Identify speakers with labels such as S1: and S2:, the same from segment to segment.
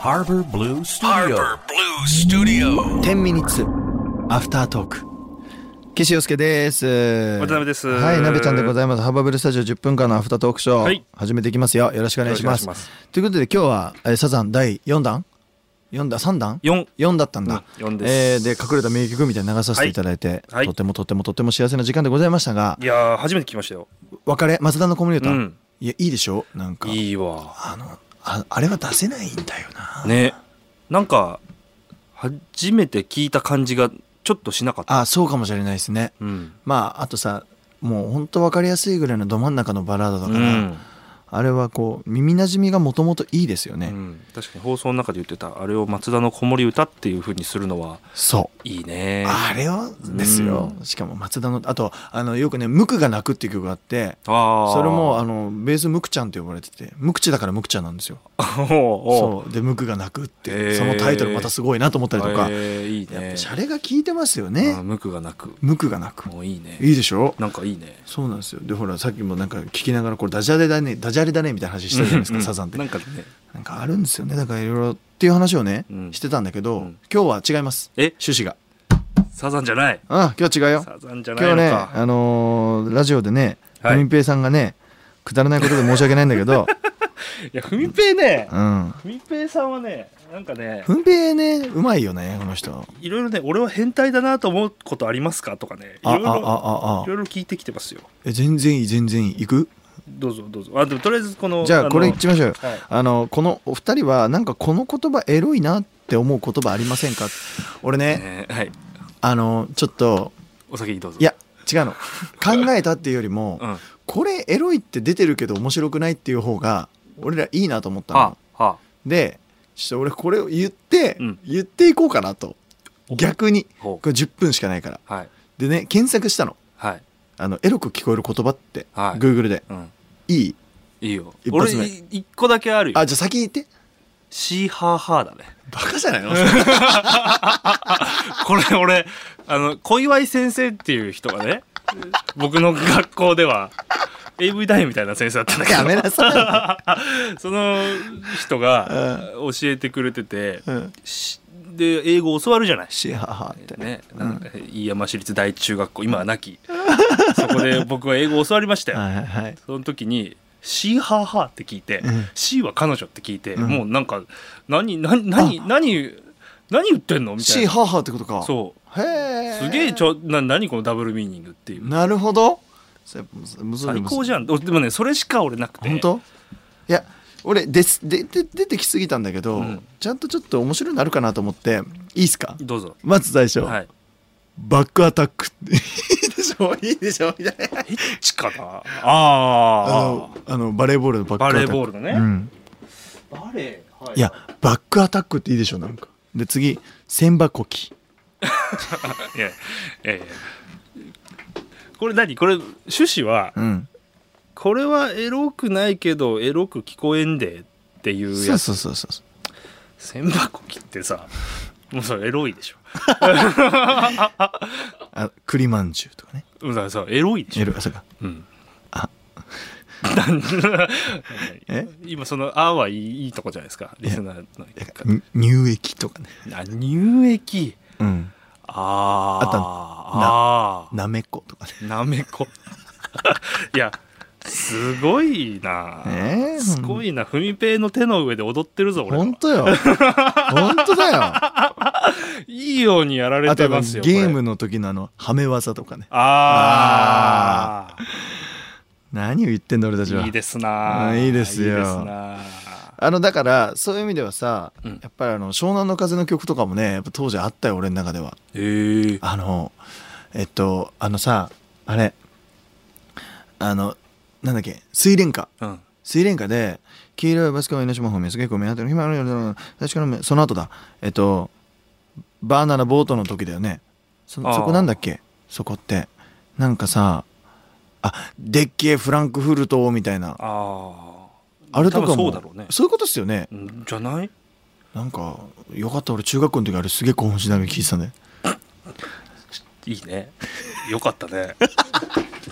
S1: Harbor Blue Studio.
S2: Harbor Blue Studio.
S3: 10ミニッツアフタートーク岸洋介です
S4: 渡辺です。
S3: はいなべちゃんでござ
S4: い
S3: いますハーバーブルスタジオ10分間のアフタートークショー、
S4: はい
S3: 始めていきますよよろしくお願いします
S4: よろしくお願いし
S3: ということで今日は、えーサザン第4弾4弾3弾
S4: 四
S3: 4だったんだ、
S4: うん四です
S3: えーで隠れた名曲みたいに流させていただいて、
S4: はいはい
S3: とてもとてもとても幸せな時間でございましたが
S4: いやー、初めて聞きましたよ。
S3: 別れ松田の子守歌、
S4: うん
S3: いやいいでしょなんか
S4: いいわ。
S3: あのああれは出せないんだよな
S4: ね。なんか、初めて聞いた感じがちょっとしなかった。
S3: あそうかもしれないですね
S4: うん。
S3: まああとさもうほんと分かりやすいぐらいのど真ん中のバラードだから、
S4: うん
S3: あれはこう耳なじみがもともといいですよね、
S4: うん確かに放送の中で言ってた、あれを松田の子守歌っていう風にするのは
S3: そう
S4: いいね。
S3: あれはですよ、しかも松田のあとあのよくね「ムクが鳴く」っていう曲があって
S4: あー
S3: それもあのベースムクちゃんって呼ばれてて無口だから無口ちゃんなんですよ
S4: おうお
S3: そ
S4: う
S3: うでムクが鳴くって、
S4: へー
S3: そのタイトルまたすごいなと思ったりとか、
S4: えーいい
S3: やっ
S4: ね
S3: ぱ。シャレが効いてますよね、
S4: あー無垢がなく。
S3: ムクが鳴く
S4: もういいね。
S3: いいでしょ
S4: なんかいいね。
S3: そうなんですよでほらさっきもなんか聞きながらこれダジャレだねダジャレだねみたいな話したじゃないですか、サザンって
S4: なんかね。
S3: なんかあるんですよねだからいろいろっていう話をね、
S4: うん
S3: してたんだけど、
S4: ん
S3: 今日は違います
S4: え
S3: 趣旨が
S4: サザンじゃない。
S3: あ今日違うよ
S4: サザンじゃ
S3: 今
S4: ない
S3: 日
S4: の
S3: ね
S4: か。
S3: あのーラジオでね
S4: はい
S3: 文平、さんがねくだらないことで申し訳ないんだけ ど
S4: いや、ふみぺいね。
S3: うん
S4: ふみぺいさんはね、なんかね、
S3: 文平ねうまいよねこの人
S4: いろいろね、俺は変態だなと思うことありますかとかね、い
S3: あ
S4: ろ
S3: あ
S4: い
S3: あ
S4: ろ、
S3: ああ
S4: いろいろ聞いてきてますよ。
S3: え全然いい全然いいいく
S4: どうぞどうぞ。あ、でもとりあえずこの、
S3: じゃあ
S4: の
S3: これいっちましょうよ、
S4: はい
S3: あのこのお二人はなんかこの言葉エロいなって思う言葉ありませんか俺ね
S4: えーはい。
S3: あのちょっと
S4: お先にどうぞ。
S3: いや違うの考えたっていうより も、
S4: うん。は
S3: これエロいって出てるけど面白くないっていう方が俺らいいなと思ったの、
S4: あ、はあ。
S3: でちょっと俺これを言って、
S4: うん
S3: 言っていこうかなと逆に
S4: ほ
S3: これ10分しかないから
S4: う。はい。
S3: でね検索したの
S4: はい。
S3: あのエロく聞こえる言葉って、
S4: はい
S3: Google で
S4: うん。
S3: いい
S4: いいよ。
S3: 一
S4: 俺、
S3: 発目
S4: い一個だけあるよ。
S3: あじゃあ先言って
S4: シーハーハーだね。
S3: バカじゃないの
S4: これ俺、あの、小岩井先生っていう人がね、僕の学校では、AV 大みたいな先生だったんだけど。
S3: やめなさい
S4: その人が教えてくれてて、
S3: ん
S4: しで英語教わるじゃない。
S3: シハハってね
S4: ね、なんか飯山市立第一中学校今はなき そこで僕は英語教わりましたよ、
S3: はいはいはい
S4: その時に「シーハーハー」って聞いて
S3: ん
S4: 「シーは彼女」って聞いて、
S3: ん
S4: もうなんか何何何何何言ってんのみた
S3: シ
S4: いな
S3: ハハってことか
S4: そう
S3: へ
S4: う
S3: え
S4: すげえちょな何このダブルミーニングっていう
S3: なるほどそれむずい
S4: 最高じ
S3: ゃん
S4: ゃんでもねそれしか俺なくて
S3: 本当いや俺ですでで出てきすぎたんだけど、
S4: うん
S3: ちゃんとちょっと面白いのあるかなと思っていいっすか
S4: どうぞ
S3: まず最初、
S4: はい
S3: バックアタックっていいでしょいいでしょみたいな
S4: エッチかな
S3: あ
S4: あ
S3: のあのバレーボールのバックアタック
S4: バレーボールのね
S3: うん、
S4: あバレーはい
S3: やバックアタックっていいでしょなんかで次千葉こき
S4: いやいやいやこれ何これ趣旨は、
S3: うん
S4: これはエロくないけどエロく聞こえんでっていう
S3: そう
S4: やつ
S3: そうそうそう
S4: 千箱切ってさもうそれエロいでしょ
S3: あ栗まんじゅうとかね
S4: うんだからさエロいでしょ
S3: エロそうか
S4: うん
S3: あ
S4: 何
S3: え
S4: 今その「あ」はいいいいとこじゃないですかリスナーの
S3: に乳液とかね
S4: あ乳液
S3: うん
S4: あ
S3: あと
S4: ああ
S3: なめことかね
S4: なめこ いやすごいな、
S3: ねえ
S4: すごいなふみぺいの手の上で踊ってるぞ俺は
S3: 本当よ本当だ よ
S4: いいようにやられ
S3: あと
S4: て
S3: あの
S4: ますよ
S3: ゲーム
S4: これ
S3: の時のあのハメ技とかね
S4: あ
S3: 何を言ってんだ俺たち
S4: あ
S3: はい
S4: いですな
S3: う
S4: ー
S3: んいいですよ
S4: いいですな
S3: あのだからそういう意味ではさ、
S4: うん
S3: やっぱりあの湘南の風の曲とかもねやっぱ当時あったよ俺の中では
S4: えー、
S3: あのえっとあのさあれあのなんだっけ水蓮花
S4: うん
S3: 水蓮花で「黄色いバスケは江ノ島方面すげえごめんあてる暇あるよ確かにその後だえっとバーナナボートの時だよねそ
S4: あー
S3: そこなんだっけそこってなんかさあでっけえフランクフルトみたいな
S4: ああ
S3: あれとかも
S4: そうだろうね
S3: そういうことっすよね
S4: うんじゃない
S3: なんかよかった俺中学校の時あれすげえ興奮しながら聞いてたね
S4: いいねよかった ね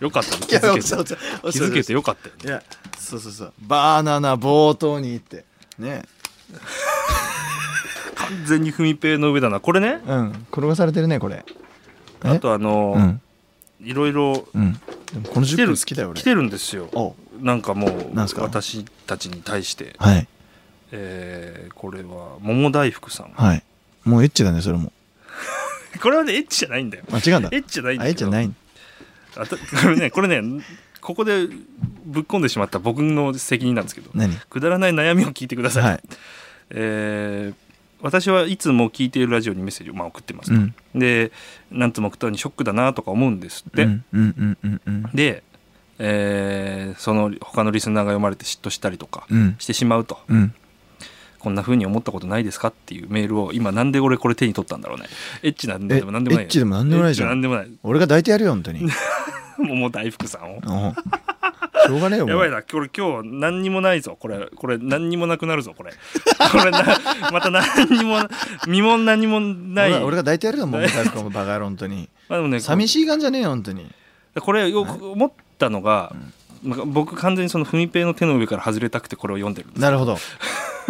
S4: よかったね
S3: い
S4: 気
S3: や
S4: づけ
S3: そう
S4: て
S3: そう
S4: 気づけてよかったよね
S3: いやそうそうそうバーナナ冒頭にってね
S4: 完全に踏みペの上だなこれね
S3: うん転がされてるねこれえ
S4: あとあの
S3: う
S4: ー
S3: ん
S4: いろいろ
S3: うんでもこの
S4: 来て
S3: 10
S4: る
S3: 分好きだよ俺
S4: 来てるんですよ
S3: お
S4: なんかもう
S3: なんすか
S4: 私たちに対して、
S3: はい
S4: えーこれは桃大福さん
S3: はいもうエッチだねそれも
S4: これはねエッチじゃないんだよ
S3: あ違うんだ
S4: エッチじゃないんだ
S3: あエッチじゃないん
S4: あたこれねこれねここでぶっ込んでしまった僕の責任なんですけど
S3: 何
S4: くだらない悩みを聞いてください、
S3: はい
S4: えー私はいつも聞いているラジオにメッセージを、まあ、送ってます
S3: う
S4: と、
S3: ん
S4: で何ともくたにショックだなとか思うんですって、
S3: うんうんうんうんうん
S4: で、えーその他のリスナーが読まれて嫉妬したりとか
S3: うん
S4: してしまうと、
S3: うん
S4: こんな風に思ったことないですかっていうメールを今なんで俺これ手に取ったんだろうねエッチなんでもなんでもない
S3: えエッチでもなんでもないじゃん
S4: エッチなんで
S3: 俺が抱いてやるよ本 当に
S4: もないもう大福さんを
S3: おしょうがねえよも
S4: や
S3: う
S4: ばいなこれ今日何にもないぞこれこれ何にもなくなるぞこれ これなまた何にも身も何もない
S3: 俺が俺が抱いてやるよもう大福もバカ野郎本当 に
S4: まあでもね
S3: 寂しいがんじゃねえよ本当に
S4: これよく思ったのが、なんか僕完全にその文平の手の上から外れたくてこれを読んでるんです
S3: なるほど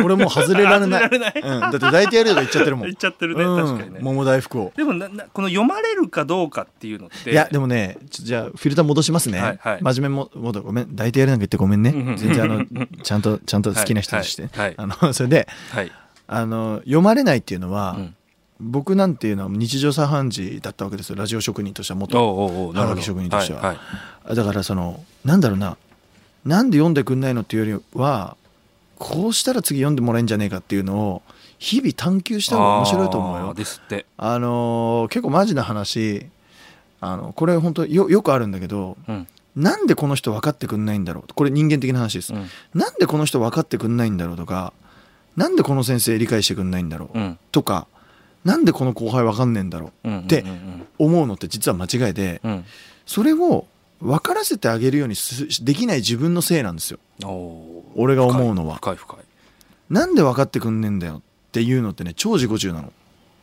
S3: 俺もう外れられない
S4: 外れられ
S3: うん、だって抱いてやるよとか言っちゃってるもん
S4: 言っちゃってるね、
S3: うん
S4: 確かにね
S3: 桃大福を
S4: でもななこの読まれるかどうかっていうのって
S3: いやでもねちょじゃあフィルター戻しますね、
S4: はいはい
S3: 真面目ももごめん抱いてやるなんか言ってごめんね
S4: うん
S3: 全然あ のちゃんとちゃんと好きな人として、
S4: はいはい
S3: あの それで
S4: はい、
S3: あの読まれないっていうのは、
S4: うん
S3: 僕なんていうのは日常茶飯事だったわけですよラジオ職人としては元
S4: おうおうおうなる
S3: は
S4: ほ
S3: が
S4: ど
S3: き職人としては
S4: はい
S3: だからそのなんだろうななんで読んでくんないのっていうよりはこうしたら次読んでもらえんじゃねえかっていうのを日々探求した方が面白いと思う
S4: あ
S3: よ
S4: ー。ですって
S3: あのー結構マジな話あのこれ本当よよくあるんだけど
S4: うん
S3: なんでこの人分かってくんないんだろうこれ人間的な話です、
S4: うん
S3: なんでこの人分かってくんないんだろうとかなんでこの先生理解してくんないんだろう、
S4: うん
S3: とかなんでこの後輩分かんねえんだろう
S4: うん
S3: で
S4: うん
S3: 思うのって実は間違いで
S4: うんうん
S3: それを分からせてあげるようにすできない自分のせいなんですよ
S4: うんおー
S3: 俺が思うのは
S4: 深い深い深い
S3: なんで分かってくんねえんだよっていうのってね超自己中なの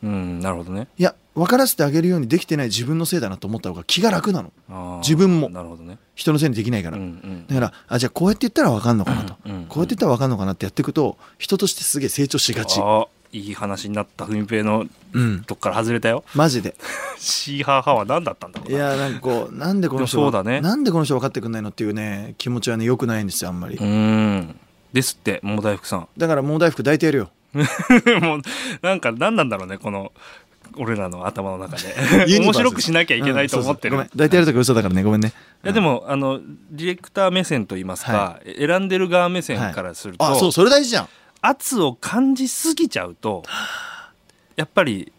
S4: うんなるほどね
S3: いや分からせてあげるようにできてない自分のせいだなと思った方が気が楽なの
S4: あー
S3: 自分も
S4: なるほどね
S3: 人のせいにできないか
S4: う
S3: ら、
S4: んうん
S3: だからあじゃあこうやって言ったら分かんのかなと、
S4: うんうん
S3: こうやって言ったら分かんのかなってやっていくと人としてすげえ成長しがち、
S4: あーいい話になった文平の
S3: うん、
S4: とこから外れたよ
S3: マジで
S4: シーハーハーは何だったんだろう
S3: い
S4: ない
S3: やなんかこうなんでこの人
S4: でもそうだね
S3: なんでこの人分かってくんないのっていうね気持ちはね良くないんですよあんまり、
S4: うーんですって桃大 福さん
S3: だからもう大福抱いてやるよ
S4: もうなんか何なんだろうねこの俺らの頭の中で
S3: ユニバース
S4: 面白くしなきゃいけないと思ってる、
S3: うんそうそうごめん抱いてやるとか嘘だからねごめんね
S4: いやでもあのディレクター目線といいますか、選んでる側目線からすると、
S3: あそうそれ大事じゃん
S4: 圧を感じすぎちゃうとやっぱり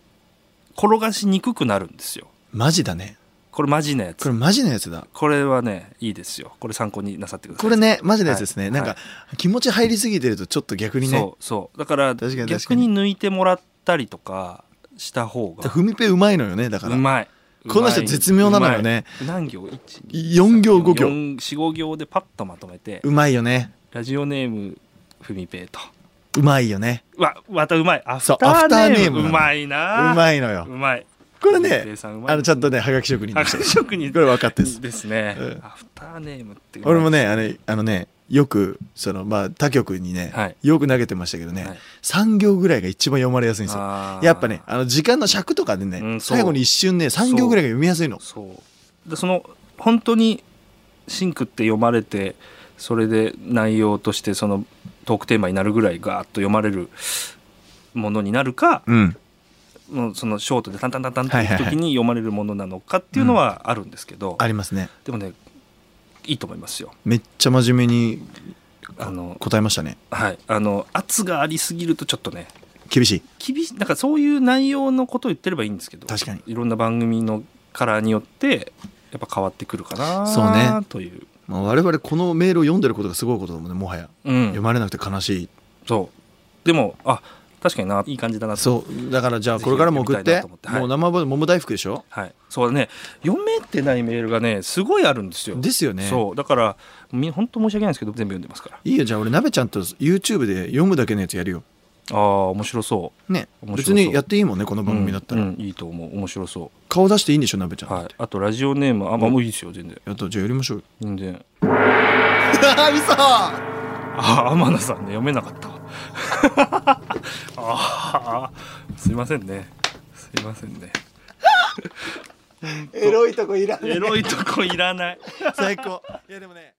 S4: 転がしにくくなるんですよ
S3: マジだね
S4: これマジなやつ
S3: こ
S4: これ
S3: れマジのやつだ
S4: はねいいですよこれ参考になさってください
S3: これねマジのやつですね、
S4: はい
S3: なんか気持ち入りすぎてるとちょっと逆にね
S4: そうそうだから
S3: 確かに確か
S4: 逆
S3: に
S4: に抜いてもらったりとかした方が
S3: 踏みペうまいのよねだから
S4: うまい
S3: この人
S4: うまい
S3: 絶妙なのよね
S4: うまい何行1
S3: 4行5行
S4: 45行でパッとまとめて
S3: うまいよね
S4: ラジオネームふみぺいと
S3: うまいよね
S4: うわまたうまいアフ
S3: そう
S4: ターネ
S3: ア
S4: ーム
S3: フターネームなの
S4: うまいな
S3: うまいのよ
S4: うまい
S3: これ
S4: ふみぺ
S3: ね
S4: いさんうまい
S3: あのちゃんとねはがき職人
S4: あ
S3: でした
S4: 職人
S3: これ分かってんです
S4: ですね、
S3: うん
S4: アフターネームって
S3: 俺もねあれあのねよくそのまあ他局にね、
S4: はい
S3: よく投げてましたけどね、
S4: はい
S3: 3行ぐらいが一番読まれやすいんですよ
S4: あー
S3: やっぱねあの時間の尺とかでね、
S4: うんそう
S3: 最後に一瞬ね3行ぐらいが読みやすいの
S4: そうでその本当にシンクって読まれてそれで内容としてそのトークテーマになるぐらいガーッと読まれるものになるか、
S3: うん
S4: もうそのショートでタンタンタンタンってい
S3: は
S4: う
S3: いはいはい
S4: 時に読まれるものなのかっていうのはあるんですけど、
S3: ありますね
S4: でもねいいと思いますよ。
S3: めっちゃ真面目に
S4: あの
S3: 答えましたね
S4: はい、あの圧がありすぎるとちょっとね
S3: 厳しい
S4: 厳しいなんかそういう内容のことを言ってればいいんですけど
S3: 確かに
S4: いろんな番組のカラーによってやっぱ変わってくるかな
S3: そうね
S4: という、
S3: まあ、我々このメールを読んでることがすごいことだもんねもはや、
S4: うん
S3: 読、まれなくて悲しい
S4: そうでもあ確かにないい感じだなと
S3: そうだからじゃあ
S4: ぜひ
S3: これからも送っ
S4: 読みた
S3: て
S4: いなと思ってはい
S3: もう生も桃大福でしょ
S4: はい、そうだね読めてないメールがねすごいあるんですよ
S3: ですよね
S4: そうだからみ本当申し訳ないんですけど全部読んでますから
S3: いいよじゃあ俺鍋ちゃんと YouTube で読むだけのやつやるよ
S4: ああ面白そ
S3: ね
S4: 面白
S3: 別
S4: そう
S3: にやっていいもんねこの
S4: う
S3: 番組だったら、
S4: うんうんいいと思う面白そ
S3: 顔出していいんでしょ鍋ちゃん、
S4: う、はい、あとラジオネームあまあもういいですよ全然
S3: やったじゃあやりま しょうよ
S4: 全然
S3: あ
S4: ああ天野さんね読めなかったわああすいませんねすいませんね
S1: エロいとこいらんね
S4: エロいとこいらない
S3: 最高いやでもね